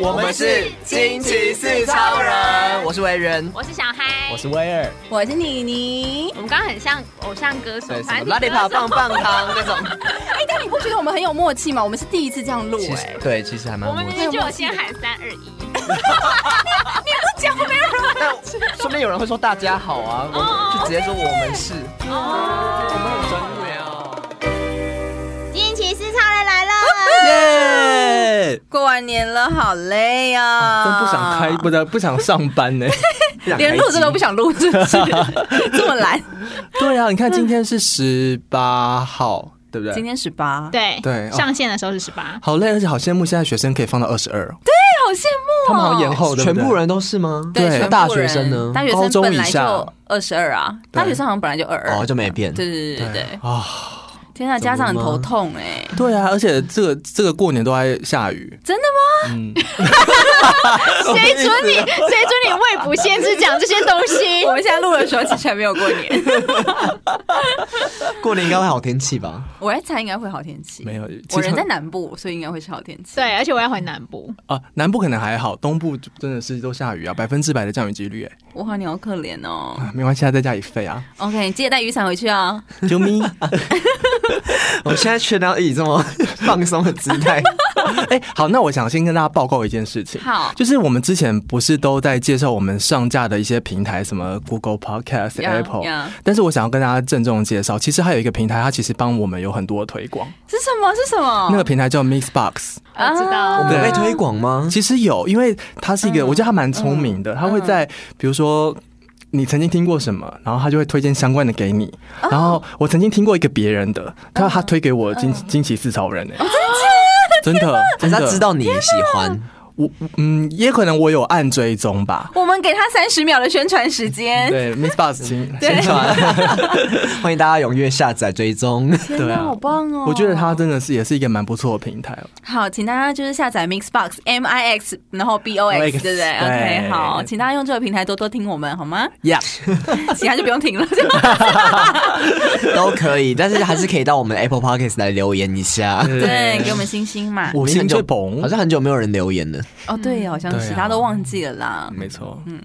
我们是惊奇四超人，我是维人，我是小嗨，我是威尔，我是妮妮。我们刚刚很像偶像歌手，对，什团么体拉力歌手跑棒棒糖那种，哎、但你不觉得我们很有默契吗？我们是第一次这样录、其哎实，对，其实还蛮我们默明契。明就有先喊三二一，但说不定有人会说大家好啊，我哦们就直接说我们是，哦，我们很专业哦。惊奇四超人来了，耶！过完年了，好累啊，真不想开，不得不想上班呢，不想开连录这都不机。想录，是不 是？这么懒。对啊，你看今天是十八号，对不对？今天十八，对对哦上线的时候是十八，好累，而且好羡慕现在学生可以放到二十二，好羡他慕哦。们好延后，对不全对部人都是吗？对全部大人学生呢大学高生中本以来下就二十二啊，大学生好像本来就二二。哦，就没变。对对对对对。啊，天啊，家长很怎么了头吗痛哎。对啊，而且这个这个过年都在下雨，真 的吗？ 嗯，哦谁准你谁准你未卜先知讲这些东西我？们现在录的时候其实还没有过年，过年应该会好天气吧？我在猜应该会好天气。没有，我其实人在南部，所以应该会是好天气。 对，而且我要回南部，啊，南部可能还好，东部真的是都下雨啊，百分之百的降雨几率哎、哇，你好可怜哦。啊没关系，啊，在家里废啊， OK，记得带雨伞回去啊。救命！ 我现在缺到以这么 放松的姿态，哎、好，那我想先跟大家报告一件事情。好就是我们之前不是都在介绍我们上架的一些平台，什么 Google Podcast、呀 Apple，呀但是我想要跟大家郑重介绍，其实还有一个平台，它其实帮我们有很多推广。是什么？是什么？那个平台叫 Mixbox，我知 我道，们有被推广吗？其实有，因为它是一个，我觉得它蛮聪明的，它会在比如说。你曾经听过什么，然后它就会推荐相关的给你。然后我曾经听过一个别人的，他他推给我惊惊奇四超人哎，真的真的他知道你喜欢，我嗯，也可能我有按追踪吧。我们给他三十秒的宣传时间。对，Miss Bus 请哎对宣传， 欢迎大家踊跃下载追 踪。天对哪，啊好棒哦！我觉得它真的是也是一个蛮不错的平台哦。好，请大家就是下载 Mixbox M I X，然后 B O X，对 X，不对对？OK，好，请大家用这个平台多多听我们 好吗？呀，其他就不用 听了。都可以，但是还是可以到我们 Apple Podcast 来留言一下。 对，给我们星星嘛。五我已星经很吹久捧，好像很久没有人留言了。 哦，对，好像对是，啊大家都忘记了啦。没错，嗯。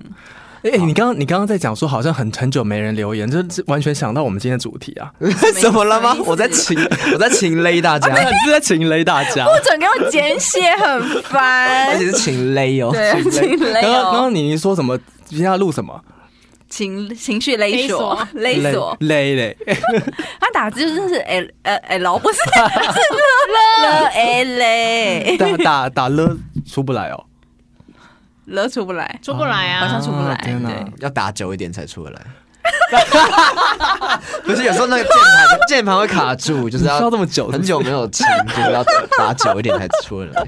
哎、你刚刚你刚刚在讲说，好像很很久没人留言，这这完全想到我们今天的主题啊！怎么了吗什么意？思 我在情，我在情勒大家，你是在情雷大家。不准给我简写，很而 烦。且是情勒哦。对，情勒刚刚刚哦，刚你说什么？今天要录什么？情情绪勒索，勒勒索。勒嘞！他打字就是 L 呃 L 不是是了了 L 打 打打了出不来哦，了出不来，出不来哦好啊像，出不来啊天哪对要打久一点才出得 来。不是，有时候那个键盘键盘会卡住，就是你需要要这么久很久没有 情，就是要打久一点才出得来。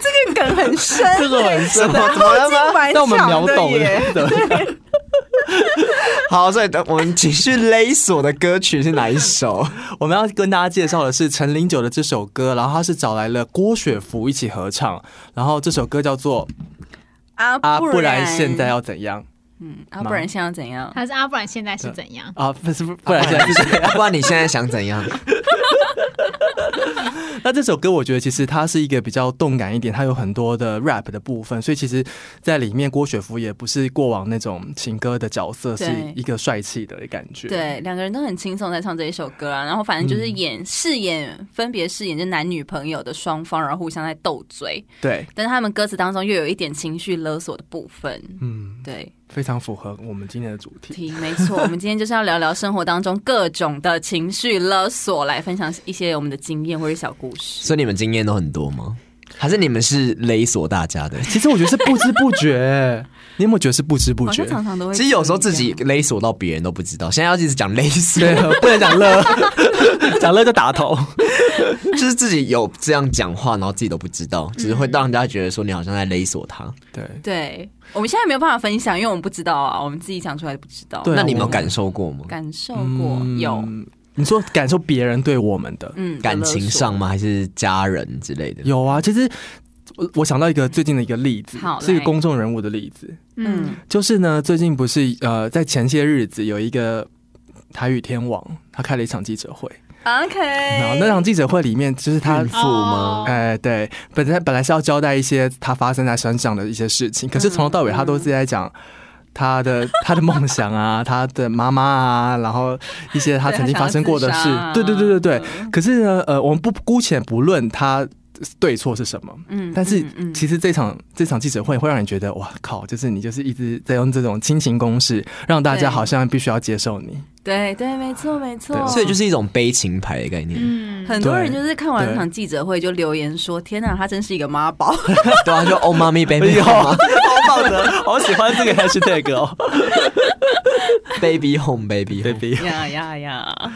这个梗很深，这个很怎深，么怎么了吗？蛮让我们长秒的懂耶。 的。好，所以我们情绪勒索的歌曲是哪一首？我们要跟大家介绍的是陈零九的这首歌，然后他是找来了郭雪芙一起合唱，然后这首歌叫做《啊啊不然现在要怎样嗯啊不然现在要怎样？还是阿不然现在是怎样》？啊，不是不不然现在是啊不然你现在想怎样？ 那这首歌我觉得其实它是一个比较动感一点，它有很多的 rap 的部分，所以其实在里面郭雪芙也不是过往那种情歌的角色，对是一个帅气的感觉。，对，两个人都很轻松在唱这一首歌啊，然后反正嗯就是演、饰演分别饰演就男女朋友的双方，然后互相在斗嘴，对，但是他们歌词当中又有一点情绪勒索的部分，嗯，对，非常符合我们今天的主 题。题没错，我们今天就是要聊聊生活当中各种的情绪勒索，来分享一些我们的经验或者小故事。所以你们经验都很多吗？还是你们是勒索大家的？其实我觉得是不知不觉，你有没有觉得是不知不好觉像？常常都会，其实有时候自己勒索到别人都不知道，现在要一直讲勒索，对，不能讲乐，讲乐就打头。 就是自己有这样讲话，然后自己都不知道，只是嗯会让人家觉得说你好像在勒索他。对，对，我们现在没有办法分享，因为我们不知道啊，我们自己讲出来不知道。对啊那你们有我感受过吗？感受过、有，嗯你说感受别人对我们的，嗯，感勒索情上吗？还是家人之类的？有啊。其实我我想到一个最近的一个例子好，是一个来公众人物的例子。嗯嗯，就是呢，最近不是呃，在前些日子有一个台语天王，他开了一场记者会，嗯 OK，然后那场记者会里面，就是他嗯孕妇哦吗？哎，对，本来本来是要交代一些他发生在山上的一些事嗯情，可是从头到尾他都是在讲他的、 他的梦想啊，他的妈妈啊，然后一些他对曾经他想发要生过自的杀事啊，对对对对对。可是呢，呃，我们不姑且不论他对错是什么，嗯但是嗯嗯其实这场这场记者会会让你觉得哇靠，就是你就是一直在用这种亲情攻势，让大对家好像必须要接受你。对对，没错没错，对所以就是一种悲情牌的概念，嗯， 很多人对就是看完对那场记者会就留言说：“天哪，他真是一个妈宝。对啊，就 Oh Mommy 哎 Baby 呦，好 Home 啊棒的，好喜欢这个 hashtag 哦 Baby Home Baby Home， ，baby ”呀呀呀！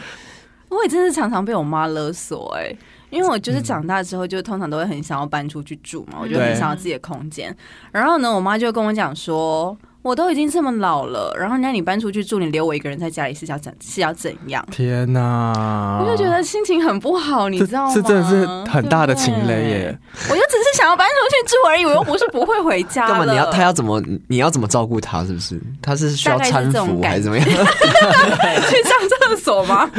我也真是常常被我妈勒索哎、因为我就是长大之后，就通常都会很想要搬出去住嘛，我就很对想要自己的空间。然后呢，我妈就跟我讲说：“我都已经这么老了，然后那你搬出去住，你留我一个人在家里是要怎是要怎样？”天哪！我就觉得心情很不好，你这知道吗？啊这真的是很大的情对累耶。我就只是想要搬出去住而已，我又不是不会回 家干嘛？了你要他要怎么？你要怎么照顾他？是不是？他是需要大概是搀这种扶感还是怎么 样？去上厕所吗？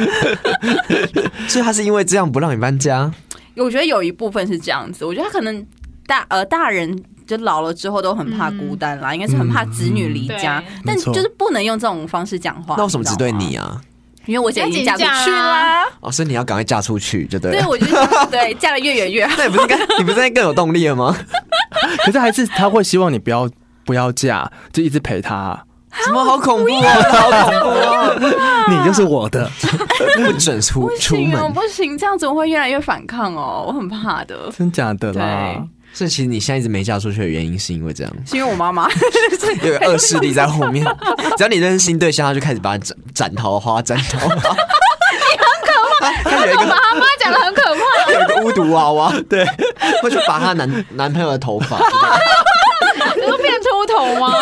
所以他是因为这样不让你搬家，我觉得有一部分是这样子，我觉得他可能大呃大人就老了之后都很怕孤单啦，应该是很怕子女离家，嗯但没错就是不能用这种方式讲话。那为什么只对知你道吗？啊？因为我姐已经嫁出去啦，哦，所以你要赶快嫁出去，就对了。对，我就得对嫁的越远越 好。那你不是该你不是该更有动力了吗？可是还是他会希望你不要不要嫁，就一直陪啊他。什么好恐怖啊！好恐怖啊！你就是我 的，不准出不出行哦，门。不行，这样子我会越来越反抗哦，我很怕的。真假的啦对？所以其实你现在一直没嫁出去的原因是因为这样，是因为我妈 妈，有个恶势力在后面。只要你认识新对象，他就开始把你斩斩桃花，斩桃花。你很可怕，他有一个妈妈讲的很可怕， 有一个巫毒娃娃， 对，或者拔她男男朋友的头发之类的。都变秃头吗？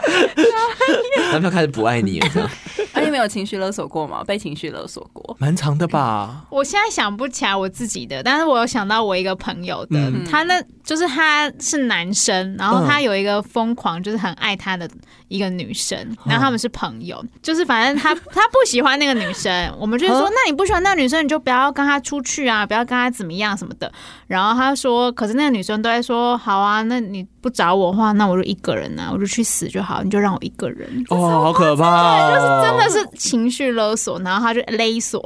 男朋友开始不爱你了，这样而且没有情绪勒索过吗？被情绪勒索过？蛮长的吧？我现在想不起来我自己的，但是我有想到我一个朋友的，嗯他那就是他是男生，然后嗯他有一个疯狂就是很爱他的一个女生，然后他们是朋友，就是反正他他不喜欢那个女生，我们就是说，啊那你不喜欢那个女生，你就不要跟她出去啊，不要跟她怎么样什么的。然后他说，可是那个女生都在说，好啊，那你不找我的话，那我就一个人啊，我就去死就好，你就让我一个人。哇、哦，好可欸怕、哦！真的是情绪勒索，然后他就 勒索，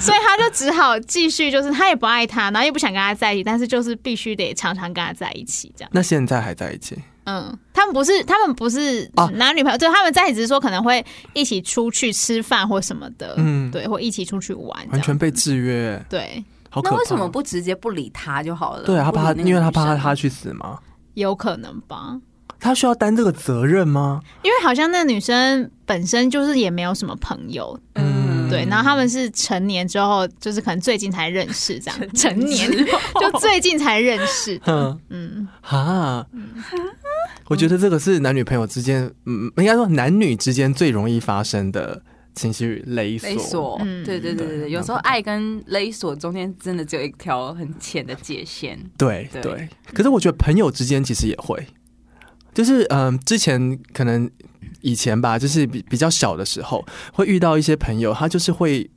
所以他就只好继续，就是他也不爱他，然后也不想跟他在一起，但是就是必须得常常跟他在一起这样。那现在还在一起？嗯，他们不是他们不是啊男女朋友，就他们在一起只是说可能会一起出去吃饭或什么的，嗯对，或一起出去玩这样，完全被制约，对，好可那怕。为什么？不直接不理他就好了？对啊，他怕不啊他，理那个因为他女怕生他去死吗？有可能吧。他需要担这个责任吗？因为好像那女生本身就是也没有什么朋友，嗯，对，然后他们是成年之后，就是可能最近才认识这样，成 年 哦就最近才认识，嗯嗯，哈，我觉得这个是男女朋友之间，嗯，应该说男女之间最容易发生的情绪勒索。勒索，嗯对对对对对，对有时候爱跟勒索中间真的只有一条很浅的界限。对对对，可是我觉得朋友之间其实也会，就是嗯、之前可能以前吧，就是比比较小的时候，会遇到一些朋友，他就是会。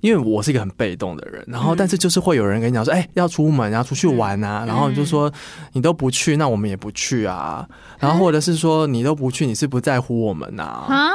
因为我是一个很被动的人，然后但是就是会有人跟你讲说，哎、要出门啊，出去玩啊，然后你就说你都不去，那我们也不去啊，然后或者是说你都不去，你是不在乎我们啊，啊，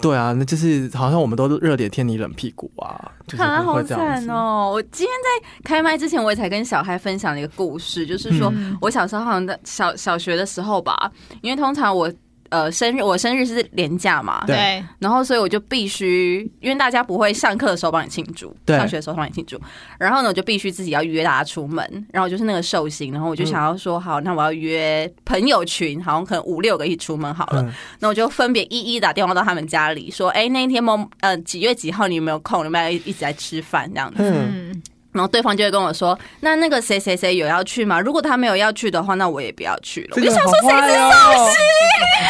对啊，那就是好像我们都热脸贴你冷屁股啊， 就是啊，会好这样惨子，哦！我今天在开麦之前，我也才跟小嗨分享了一个故事，就是说嗯我小时候好像在小小学的时候吧，因为通常我呃生日，我生日是连假嘛，对对，然后所以我就必须，因为大家不会上课的时候帮你庆祝，对上学的时候帮你庆祝，然后呢，我就必须自己要约大家出门，然后我就是那个寿星，然后嗯我就想要说，好，那我要约朋友群，好像可能五六个一起出门好了，嗯那我就分别一一打电话到他们家里，说，哎，那一天某呃几月几号你有没有空？你们要一起来吃饭这样子，嗯，嗯，然后对方就会跟我说，那那个谁谁谁有要去吗？如果他没有要去的话，那我也不要去了。这个好坏哦。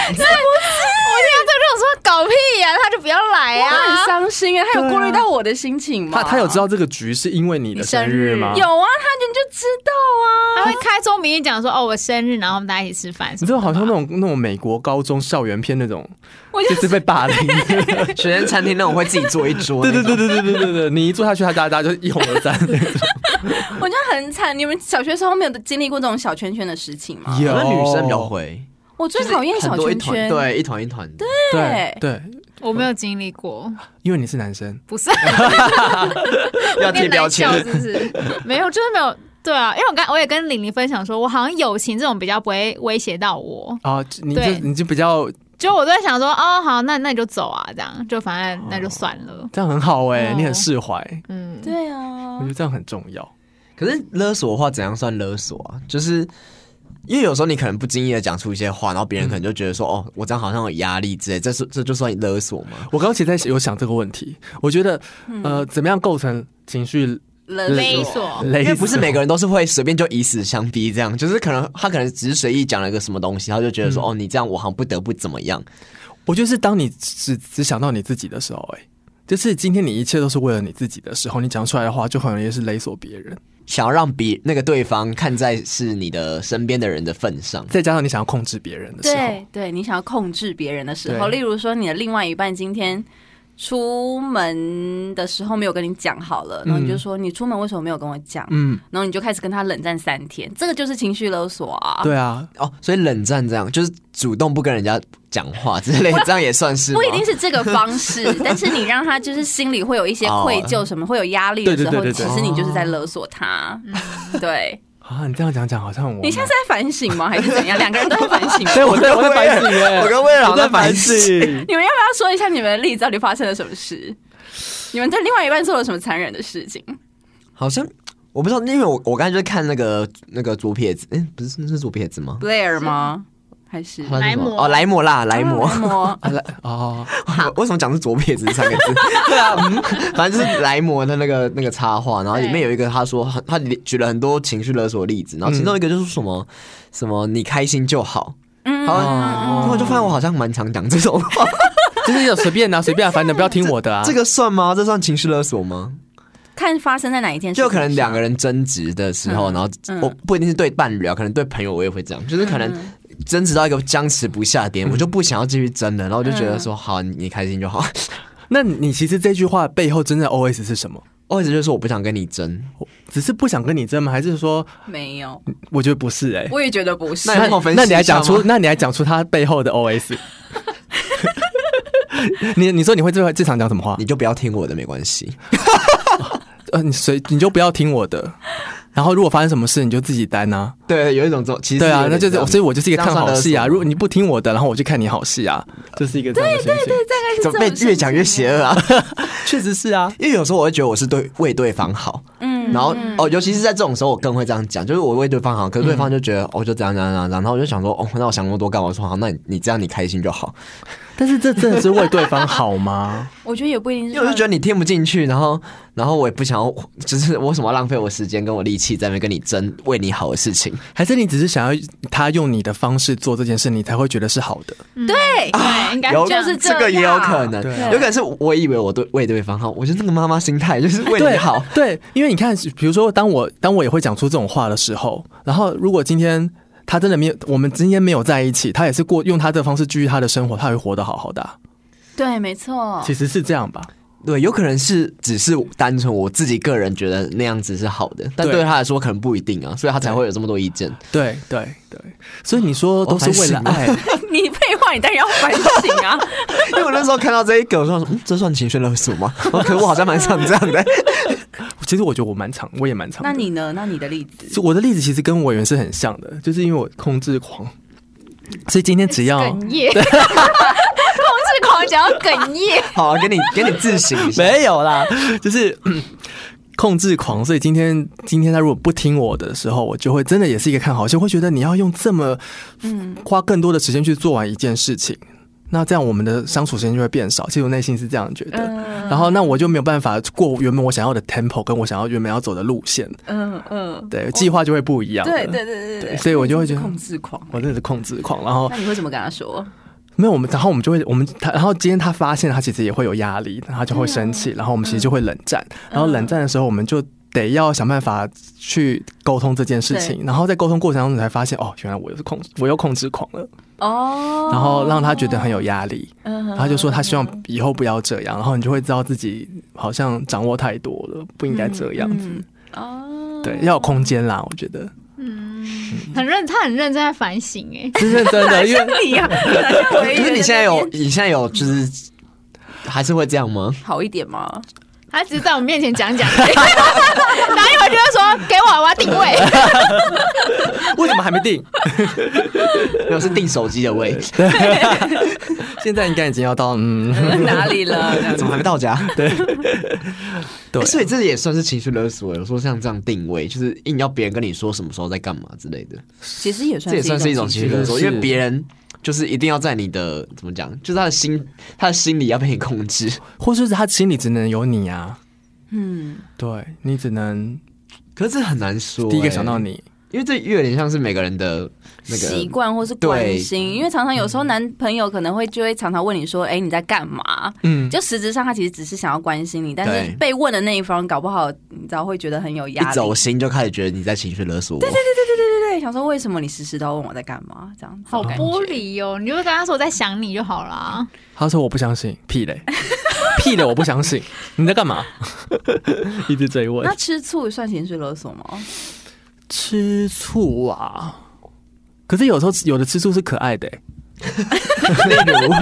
我听到这个我说搞搞屁呀、那他就不要来他很啊！伤心哎，他有顾对虑啊到我的心情吗？他他有知道这个局是因为你的生日吗？你生日有啊，他就你就知道啊。他会开宗明义讲说：“哦，我生日，然后我们大家一起吃饭。”你知道，好像那种那种美国高中校园片那种，我就就是被霸凌。对学生餐厅那种会自己做一桌，对对对对对对对，你一坐下去，他大家大家就一哄而散。我觉得很惨。你们小学时候没有经历过这种小圈圈的事情吗？有，那女生比较会，我最讨厌小很多一圈团，圈，，对，一团一团的。对对，我没有经历过，因为你是男生，不是要 贴标签有点难笑是不是？没有，就是没有。对啊，因为我刚我也跟玲玲分享说，我好像友情这种比较不会威胁到我，啊，你就对你就比较就我都在想说，哦，好，那那你就走啊，这样就反正那就算了，这样很好哎、哦你很释怀，嗯，对我啊觉，得这样很重要。可是勒索的话，怎样算勒索啊？就是因为有时候你可能不经意的讲出一些话，然后别人可能就觉得说，哦，我这样好像有压力之类，这是这就算勒索吗？我刚刚其实在有想这个问题，我觉得呃，怎么样构成情绪勒勒索勒因为不是索每个人都是会随便就以死相逼这样，就是可能他可能只是随意讲了一个什么东西，他就觉得嗯说，哦，你这样我好像不得不怎么样。我觉得是当你只只想到你自己的时候、哎，就是今天你一切都是为了你自己的时候，你讲出来的话就很容易是勒索别人，想要让别那个对方看在是你的身边的人的份上，再加上你想要控制别人的时候，对对，你想要控制别人的时候，对例如说你的另外一半今天出门的时候没有跟你讲好了，然后你就说你出门为什么没有跟我讲？嗯，然后你就开始跟他冷战三天，这个就是情绪勒索啊！对啊，哦，所以冷战这样就是主动不跟人家讲话之类，这样也算是吗不一定是这个方 式，但是你让他就是心里会有一些愧疚，什么会有压力的时哦对候，对对其对对实你就是在勒索他。对啊，你这样讲讲好像我，你现在是在反省吗？还是怎样？两个人都在反省 吗。对我在我在反省耶， 我跟魏老我师在在反反省。省，你们要不要说一下你们的例子到底发生了什么事？你们对另外一半做了什么残忍的事情？好像我不知道，因为我我刚才就是看那个那个左撇子，哎、不是那是左撇子吗？ Blair 吗？还是嗯他叫什么莱摩哦，莱摩啦，莱摩。 摩？啊来 哦，我 为什么讲是左撇子三个字？ 对啊，嗯，反正就是莱摩的那个那个插画，然后里面有一个他说他举了很多情绪勒索的例子，然后其中一个就是什么、什么你开心就好，嗯然后、然后我就发现我好像蛮常讲这种 话，就是有随便啊，随便啊，反正不要听我的啊，这个算吗？这算情绪勒索吗？看发生在哪一件事情就上，可能两个人争执的时候，然后嗯我不一定是对伴侣啊，可能对朋友我也会这样，就是可能争执到一个僵持不下的点，我就不想要继续争了，然后我就觉得说好，你你开心就好。 那你其实这句话背后真正的 OS 是什么？我一直就说我不想跟你争，只是不想跟你争吗？还是说，没有，我觉得不是哎、我也觉得不是那。你帮我分析那你还讲一出下，吗那你还讲出他背后的 OS？你你说你会最最常讲什么话你？就不要听我的没关系。呃，你随你就不要听我的。然后如果发生什么事，你就自己担啊。对，有一种这种其实对啊有，那点就是这样所以我就是一个看好戏啊。这样算勒索吗如果你不听我的，然后我去看你好戏 啊，就是一个这样的心情。怎么被越讲越邪恶啊？ 确实是啊，因为有时候我会觉得我是对为对方好，嗯然后哦，尤其是在这种时候，我更会这样讲，就是我为对方好，可是对方就觉得、哦，就这样这样这样，然后我就想说哦，那我想那么多干嘛？我说好，那你你这样你开心就好， 但是这真的是为对方好 吗？我觉得也不一定是因为我就觉得你听不进去，然后然后我也不想要， 就是我为什么要浪费我时间跟我力气在那边跟你争为你好的事情？还是你只是想要他用你的方式做这件事，你才会觉得是好的？嗯对，对，应该有这样就是这这个也有样可能，对有可能是我以为我对为对方好，我觉得那个妈妈心态就是为你好，对，因为你看，比如说，当我当我也会讲出这种话的时候，然后如果今天他真的没有，我们今天没有在一起，他也是过用他的方式继续他的生活，他会活得好好的啊、对，没错。其实是这样吧？对，有可能是只是单纯我自己个人觉得那样子是好的，但对对他来说可能不一定啊，所以他才会有这么多意 见。对对对，所以你说都我反是为了省了爱， 你废话，你当然要反省啊！ 因为我那时候看到这一个，我说，嗯，这算情绪勒索吗？ 哦可是我好像蛮想这样的。其实我觉得我蛮长，我也蛮长的。那你呢？那你的例子？就我的例子其实跟委员是很像的，就是因为我控制狂，所以今天 只哦要哽咽，控制狂讲要哽咽， 好、啊，给你给你自省一下。没有啦，就是。 嗯控制狂，所以今天今天他如果不听我的时候，我就会真的也是一个看好戏，会觉得你要用这么嗯，花更多的时间去做完一件事情，那这样我们的相处时间就会变少。其实我内心是这样觉得。嗯然后，那我就没有办法过原本我想要的 tempo，跟我想要原本要走的路线，嗯嗯，对，计划就会啊不一样。对对，对对对所以我就会觉得控制狂。我真的是控制狂。然后那你会怎么跟他说？没有我们，然后我们就会我们他，然后今天他发现他其实也会有压力，然后他就会生嗯气，然后我们其实就会冷战，然后冷战的时候我们就。得要想办法去沟通这件事情，然后在沟通过程当中你才发现，哦，原来我又是控，我又控制狂了，哦，然后让他觉得很有压力，嗯 哼，他就说他希望以后不要这样，然后你就会知道自己好像掌握太多了，不应该这样子，嗯哦，对，要有空间啦，我觉得很认，他很认真在反省哎、是认真的，因为你哎呀，可 可是你现在有，你现在有，就是还是会这样吗？好一点吗？他只是在我们面前讲 讲，然后一会儿就会说给我，我要定 位。为什么还没定？ 没有，是定手机的位， 现在应该已经要到嗯，哪里了？ 怎么还没到家？对，对啊所以这也算是情绪勒索。有时候像这样定位，就是硬要别人跟你说什么时候在干嘛之类的，其实也这也算是一种情绪勒索，是因为别人。就是一定要在你的怎么讲，就是他的心，他的心理要被你控制。或是他心里只能有你啊，嗯，对你只能可是这很难说、第一个欸想到，你，因为这有点像是每个人的那个习惯或是关心，因为常常有时候男朋友可能会就会常常问你说：“哎，你在干嘛？”嗯，就实质上他其实只是想要关心你，但对是被问的那一方搞不好你知道会觉得很有压一力，走心就开始觉得你在情绪勒索我。对对对，想说为什么你时时都要问我在干嘛这样子，好感觉玻璃哦！你就跟他说我在想你就好 啦。他说我不相信，屁嘞， 屁嘞，我不相信，你在干嘛？ 一直追问那吃醋算情绪勒索吗？吃醋啊。可是有时候有的吃醋是可爱 的、欸，对，例如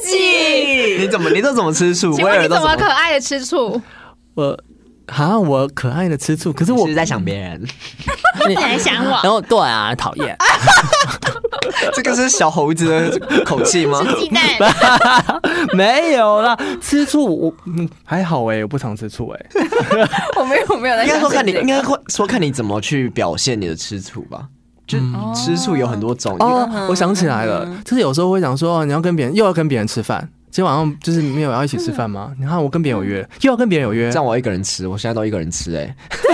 自 己你怎么，你都怎么吃醋？请威问尔你都怎怎么可爱的吃 醋？我啊，我可爱的吃醋，可是你我 是在想别人， 你来想 我，然后对啊，讨厌，这个是小猴子的口气吗？鸡 蛋。 啊没有啦，吃醋我嗯还好哎、我不常吃醋哎、我没有我没有在应该说 看你，这个应该会说看你怎么去表现你的吃醋吧。就吃醋有很多种， 哦，我想起来了，就是有时候会想说，哦你要跟别人又要跟别人吃饭，今天晚上就是没有要一起吃饭吗？你看我跟别人有约，又要跟别人有约这，样我一个人吃，我现在都一个人吃，哎，对，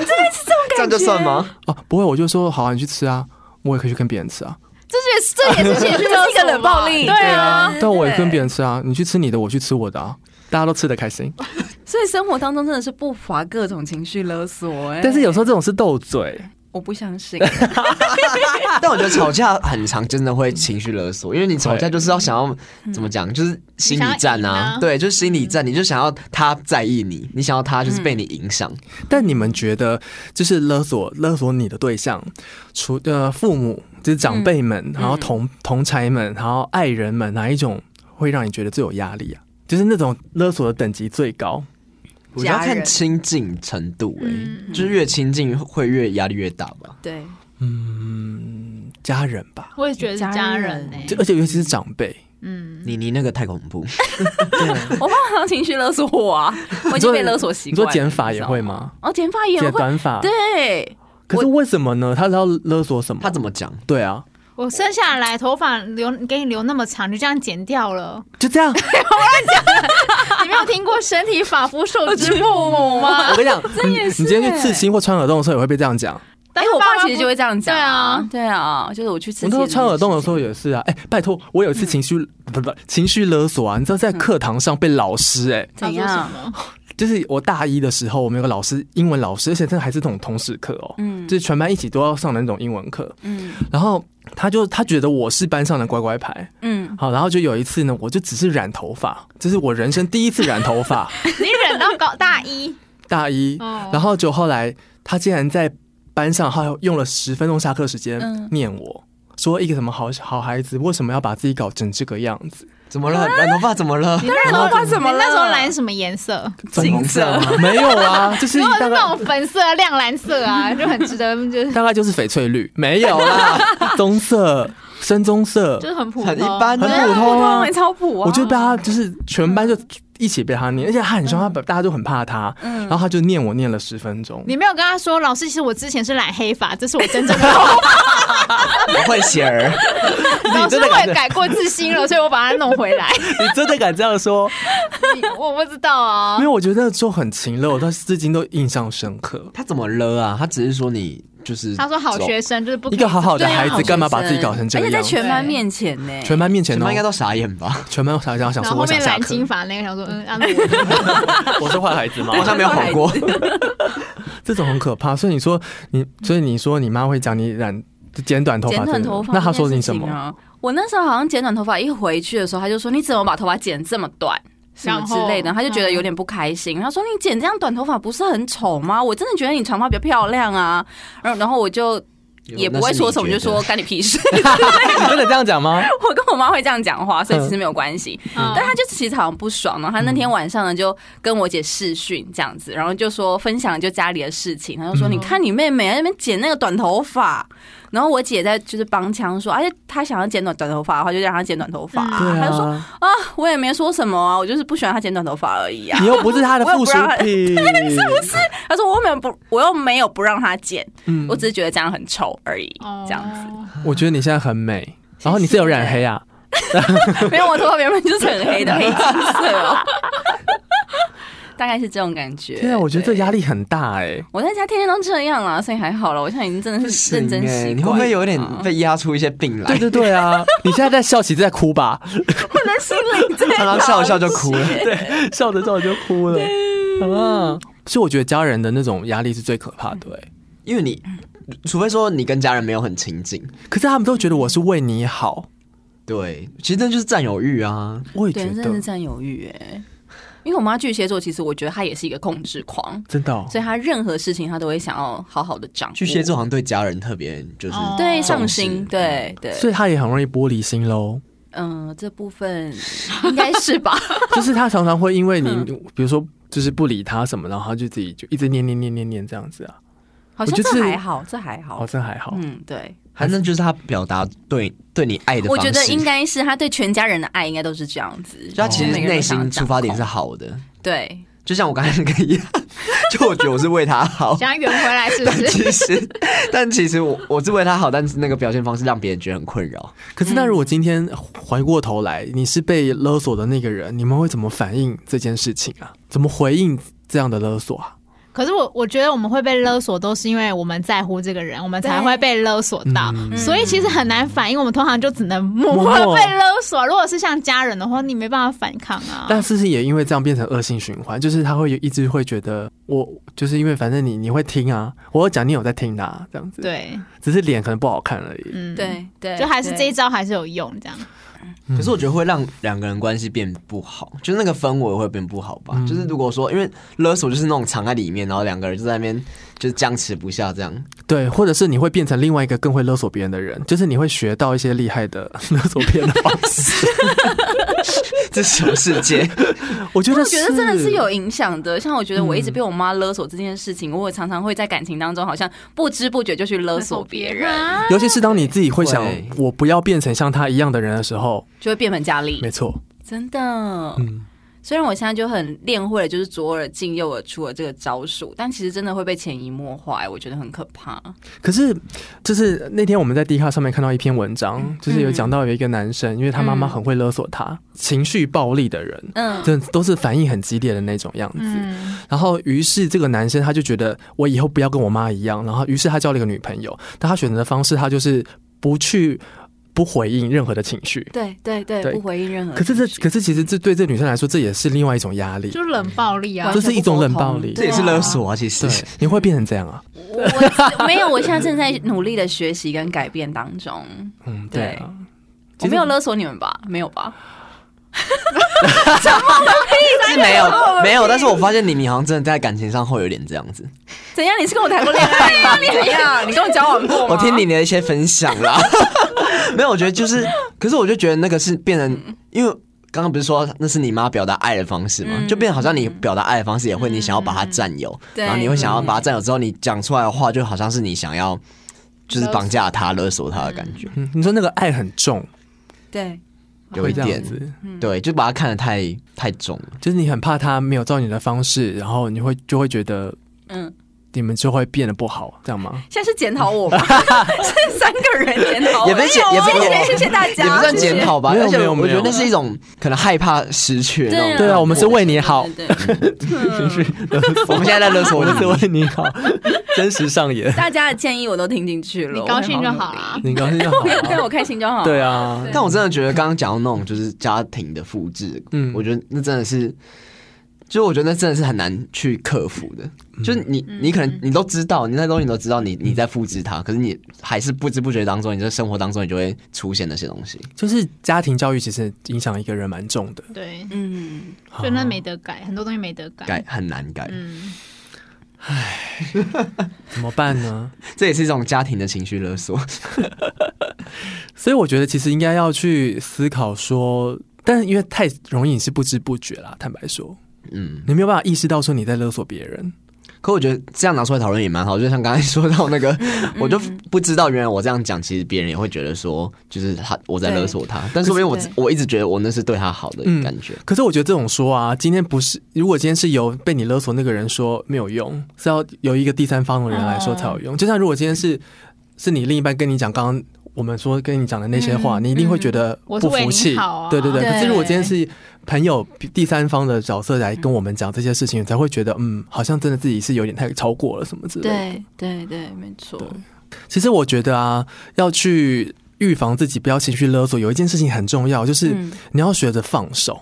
真的是这种感觉，这样就算吗？哦，不会，我就说好、啊，你去吃啊，我也可以去跟别人吃啊，这也是这也是情绪 这勒是一索个啊冷暴力，嘛对啊，但我欸也跟别人吃啊，你去吃你的，我去吃我的啊。大家都吃的开心，哎所以生活当中真的是不乏各种情绪勒索、哎，但是有时候这种是斗嘴，我不相信，但我觉得吵架很常真的会情绪勒索，因为你吵架就是要想要怎么讲，就是心理战你想要赢啊啊，对，就是心理战，你就想要他在意你，你想要他就是被你影响，但你们觉得，就是勒索勒索你的对象，除呃父母，就是长辈们，嗯然后同同才们，然后爱人们，哪一种会让你觉得最有压力啊？就是那种勒索的等级最高，我觉得要家看人亲近程度、哎、嗯就是越亲近会越压力越大吧。对，家人吧，我也觉得是家人欸呢、就而且尤其是长辈，嗯，你你那个太恐怖， 我爸常情绪勒索 我啊，我已经被勒索习你惯了。做剪发你知也道会？吗？哦，剪发也剪会，短发，对，可是为什么呢？他是要勒索什么？他怎么讲？对啊，我生下来头发留给你留那么长，就这样剪掉 了。就这 样。你没有听过身体发肤受之父母啊 我吗？跟你讲，你也是你今天去欸刺青或穿耳洞的时候也会被这样讲。但哎是，我爸爸其实就会这样讲，对啊，对啊，就是我去吃，我那时候穿耳洞的时候，也是啊，哎、拜托，我有嗯一次情绪、不不情绪勒索啊，你知道在课堂上被老师哎、他怎说样什？么？就是我大一的时候，我们有个老师，英文老师，而且这还是那种通识课哦，嗯就是全班一起都要上的那种英文课，嗯然后他就他觉得我是班上的乖乖牌，嗯，好，然后就有一次呢，我就只是染头发，这是我人生第一次染头发， 你忍到高大一，大一，哦然后就后来他竟然在班上，还有用了十分钟下课时间嗯念我。说一个什么好好孩子，为什么要把自己搞成这个样子？怎么了？染头发怎么了？染头发怎你么了？那时候染什么颜色？粉红色金吗？没有 啊，就是如果大概是那种粉色、亮蓝色啊， 就很值得，就是大概就是翡翠绿，没有 啦，棕色、深棕色就，是哦很普通，很一般很啊，普通啊也。超普啊，我就被他就是全班就一起被他嗯念，而且他很凶，他本大家都很怕他，然后他就念我念了十分钟。你没有跟他说，老师，其实我之前是染黑发，这是我 真正的头发。我会写儿， 老师真的我感也觉改过自新 了，所以我把它弄回来。你真的敢这样说？你我不知道 嗯啊因为，我觉得那时候很勤乐，我到至今都印象深刻。他怎么了啊？他只是说你就是他说好走学生就是不可一以个好好的对啊孩好子学干嘛把自己生搞成这而个且在样？全班对面前呢，全班面前全哦班应该都傻眼吧？全班想想想说然啊后后我想面下蓝课金，法那个想说，嗯，啊，那 我我是坏孩子 吗好？像没有好过。这种很可怕。所以你说你，所以你说你妈会讲你染剪短头发剪这个，短头发，那她说你什么？啊？我那时候好像剪短头发，一回去的时候，他就说：“你怎么把头发剪这么短？”什么之类的，然后嗯他就觉得有点不开心。他说：“你剪这样短头发不是很丑吗？我真的觉得你长发比较漂亮啊。”然后，然后我就也不会说什么，就 说干你屁事。 你真的这样讲吗？我跟我妈会这样讲话，所以其实没有关系。嗯但他就是其实好像不爽，然后他那嗯天晚上呢就跟我姐视讯这样子，然后就说分享就家里的事情，他就说嗯你看你妹妹在那边剪那个短头发，然后我姐在就是帮腔说，而且她想要剪短短头发的话，就让她剪短头发、嗯对她就说啊，啊，我也没说什么啊，我就是不喜欢她剪短头发而已啊。 你又不是她的我也附不属知道她品，她说我又没有不，我又没有不让她剪，嗯哦我只是觉得这样很丑而已，这样子。子，我觉得你现在很美，然后你是有染黑啊，没有，我头发原本就是很黑的黑金色哦， 大概是这种感觉。对啊，我觉得这对压力很大哎。我在家天天都这样啦，所以还好了。我现在已经真的是认真习惯了、你会不会有点被压出一些病对来？对对啊，你现在在笑起在哭吧？常常笑一笑就哭 了。笑着笑着就哭了啊！所以我觉得家人的那种压力是最可怕的、欸。因为你除非说你跟家人没有很亲近，可是他们都觉得我是为你好，对，其实那就是占有欲啊。我也对，觉真得的是占有欲哎、因为我妈巨蟹座，其实我觉得她也是一个控制狂，真的哦、所以她任何事情她都会想要好好的掌握。巨蟹座好像对家人特别就是哦对重上视心，嗯对对，所以他也很容易玻璃心喽。嗯、这部分应该是 吧？就是他常常会因为你，比如说就是不理他什么，然后他就自己就一直念念念念念这样子啊。好我觉像得这这还好，这还好哦，。这还好，嗯，对，反正就是他表达对对你爱的我方式。觉得应，该是她对全家人的爱应该都是这样子。就他其实每个人内都想要心掌出发点控是好的，对，就像我刚才那个一 样，就我觉得我是为他好。想要圆回来是不但是？其实， 但其实我我是为他好，但是那个表现方式让别人觉得很困扰。可是那如果今天回过头来，你是被勒索的那个人，你们会怎么反应这件事情啊？怎么回应这样的勒索啊？可是我我觉得我们会被勒索，都是因为我们在乎这个人，我们才会被勒索到，嗯所以其实很难反应。我们通常就只能默默默默被勒索。如果是像家人的话，你没办法反抗啊。但是是也因为这样变成恶性循环，就是他会有一直会觉得我就是因为反正你你会听啊，我有讲你有在听的、啊、这样子，，对，只是脸可能不好看而已。嗯，，对对，就还是对这一招还是有用，这样。嗯可是我觉得会让两个人关系变不好，就是那个氛围会变不好吧。嗯就是如果说，因为勒索就是那种藏在里面，然后两个人就在那边就是僵持不下这样。对，或者是你会变成另外一个更会勒索别人的人，就是你会学到一些厉害的 勒索别人的方式。这是什么世 界？ 我觉我得嗯觉得真的是有影响的。像我觉得我一直被我妈勒索这件事情，我也常常会在感情当中好像不知不觉就去勒索别人，啊 尤其是当你自己会想对我不要变成像他一样的人的时候，就会变本加厉没。错，真的，嗯，虽然我现在就很练会了，就是左耳进右耳出的这个招数，但其实真的会被潜移默化，欸我觉得很可怕。可是就是那天我们在 D 卡上面看到一篇文章，就是有讲到有一个男生，因为他妈妈嗯很会勒索他，情绪暴力的人，嗯，这都是反应很激烈的那种样子。嗯，然后，于是这个男生他就觉得我以后不要跟我妈一样，然后于是他交了一个女朋友，但他选择的方式他就是不去不回应任何的情绪。对对对，对不回应任何可情绪。是这，可是其实这对这女生来说，这也是另外一种压力，就冷暴力啊完这全。是一种冷暴力。这也是对啊勒索啊！其实对，你会变成这样啊？我我没有，我现在正在努力的学习跟改变当 中。 嗯，对对啊。我没有勒索你们吧？没有吧？是没有没有，但是我发现你，你好像真的在感情上会有点这样子。怎样？你是跟我谈过恋 爱吗？怎样？哎你跟我交往过吗？我听你的一些分享啦， 没有，我觉得就是，可是我就觉得那个是变成，因为刚刚不是说那是你妈表达爱的方式嘛，嗯就变得好像你表达爱的方式也会你想要把它占有，对然后你会想要把它占有之后，你讲出来的话就好像是你想要就是绑架他、勒索他的感觉，嗯，你说那个爱很重，对。有嗯一会这点样，子，对，就把它看得太太重了。就是你很怕他没有照你的方式，然后你会就会觉得嗯，你们就会变得不好，这样 吗？现在是检讨我 吗？是三个人检讨我，也不是检，也不啊谢谢也谢谢大家，也不算检讨吧，没有而且没有我觉得没那有是一种可能害怕失去的那种。对啊我们是为你好对对对我们现在在勒索哎我我的就是问你好， 真实上 演，大家的建议我都听进去了，你高兴就好啊了。了。你高兴就 好 对，了。我开心就好。对，啊， 但我真的觉得刚刚讲到那种就是家庭的复制，嗯嗯，我觉得那真的是，就是我觉得那真的是很难去克服的。就是你，你可能你都知道，你那东西你都知道你，你在复制它，可是你还是不知不觉当中，你在生活当中，你就会出现那些东西。就是家庭教育其实影响一个人蛮重的。对，嗯，所以那没得改，很多东西没得改。改很难改，嗯，怎么办呢？ 这也是一种家庭的情绪勒索。所以我觉得其实应该要去思考说，但是因为太容易你是不知不觉啦，坦白说，嗯，你没有办法意识到说你在勒索别人。可我觉得这样拿出来讨论也蛮好，就像刚才说到那个，我就不知道原来我这样讲，其实别人也会觉得说，就是他我在勒索他，但说明我对我一直觉得我那是对他好的嗯感觉。可是我觉得这种说啊，今天不是，如果今天是由被你勒索那个人说没有用，是要由一个第三方的人来说才有用。就像如果今天是是你另一半跟你讲刚刚。我们说跟你讲的那些话，嗯你一定会觉得我是不为服你气，好啊对对对。对可是如果今天是朋友第三方的角色来跟我们讲这些事情，才会觉得嗯，好像真的自己是有点太超过了什么之类的。对对对，没错。其实我觉得啊，要去预防自己不要情绪勒索，有一件事情很重要，就是嗯你要学着放手，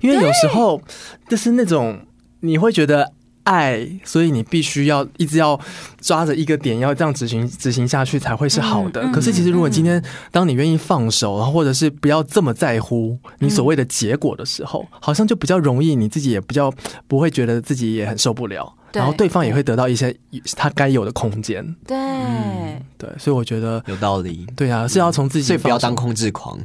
因为有时候就是那种你会觉得。爱，所以你必须要一直要抓着一个点，要这样执行执行下去才会是好的。嗯嗯可是其实如果今天当你愿意放手，然后或者是不要这么在乎你所谓的结果的时候，好像就比较容易，你自己也比较不会觉得自己也很受不了，对然后对方也会得到一些他该有的空间。对，嗯对，所以我觉得，有道理，对啊，是要从自己，所以不要当。控制狂。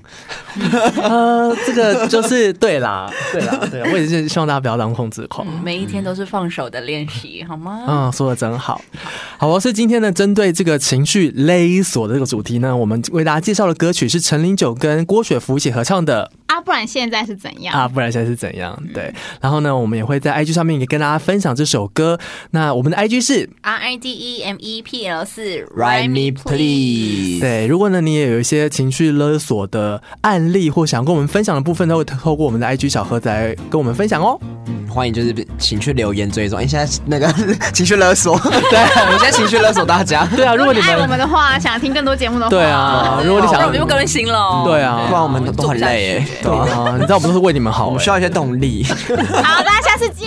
呃，这个就是对 啦，对啦，对啊，我也是希望大家不要当控制狂。嗯每一天都是放手的练习，好吗？嗯，说的真好。好哦，是今天呢，针对这个情绪勒索的这个主题呢，我们为大家介绍的歌曲是陈零九跟郭雪芙一起合唱的啊，不然现在是怎样？啊，不然现在是怎样？对，然后呢，我们也会在 IG 上面也跟大家分享这首歌。那我们的 IG 是 R I D E M E P L 四 Write me please。对，如果呢你也有一些情绪勒索的案例或想跟我们分享的部分，都会透过我们的 IG 小盒子来跟我们分享哦。欢迎就是请去留言追踪。哎、现在那个 情绪勒 索，对，啊我们现在情绪勒索大家，对啊，如果你爱我们们的话，想听更多节目的话，对，啊，如果你那想我们就不更新了。哦对啊不然我们都都很累哎、对对啊，啊，你知道我们都是为你们好、我欸，们需要一些动力。好，大家下次见，啊